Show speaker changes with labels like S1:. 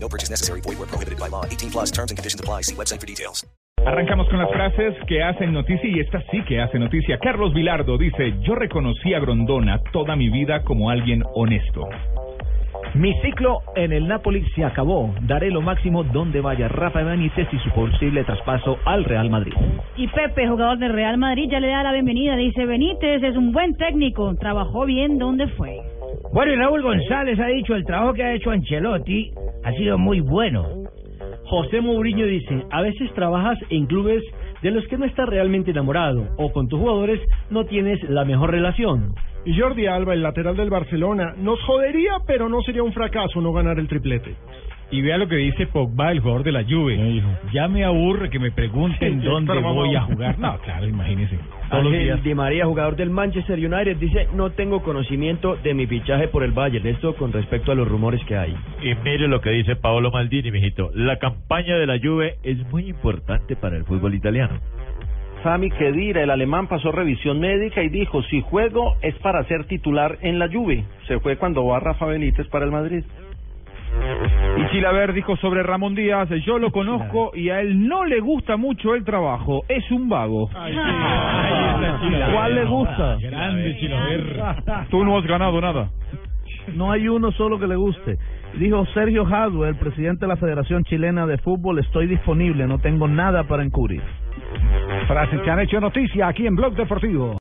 S1: No purchase necessary. Void where prohibited by law. 18 plus terms and conditions apply. See website for details.
S2: Arrancamos con las frases que hacen noticia y esta sí que hace noticia. Carlos Vilardo dice, yo reconocí a Grondona toda mi vida como alguien honesto.
S3: Mi ciclo en el Napoli se acabó. Daré lo máximo donde vaya Rafa Benítez y su posible traspaso al Real Madrid.
S4: Y Pepe, jugador del Real Madrid, ya le da la bienvenida. Dice, Benítez es un buen técnico. Trabajó bien donde fue.
S5: Bueno, y Raúl González ha dicho, el trabajo que ha hecho Ancelotti ha sido muy bueno.
S6: José Mourinho dice, a veces trabajas en clubes de los que no estás realmente enamorado o con tus jugadores no tienes la mejor relación.
S7: Y Jordi Alba, el lateral del Barcelona, nos jodería, pero no sería un fracaso no ganar el triplete.
S2: Y vea lo que dice Pogba, el jugador de la Juve. Ya me aburre que me pregunten
S7: Sí,
S2: dónde
S7: pero vamos.
S2: voy a jugar. No, claro, imagínese. Todos los días.
S6: Ángel Di María, jugador del Manchester United, dice, no tengo conocimiento de mi fichaje por el Bayern. Esto con respecto a los rumores que hay.
S8: Y mire lo que dice Paolo Maldini, mijito. La campaña de la Juve es muy importante para el fútbol italiano.
S9: Sami Khedira, el alemán, pasó revisión médica y dijo, si juego es para ser titular en la Juve. Se fue cuando va Rafa Benítez para el Madrid.
S2: Y Chilaver dijo sobre Ramón Díaz, yo lo conozco y a él no le gusta mucho el trabajo, es un vago.
S3: ¿Cuál le gusta?
S2: Grande Chilaver. Tú no has ganado nada.
S3: No hay uno solo que le guste. Dijo Sergio Jadue, el presidente de la Federación Chilena de Fútbol, estoy disponible, no tengo nada para encubrir. Frases que han hecho noticia aquí en Blog Deportivo.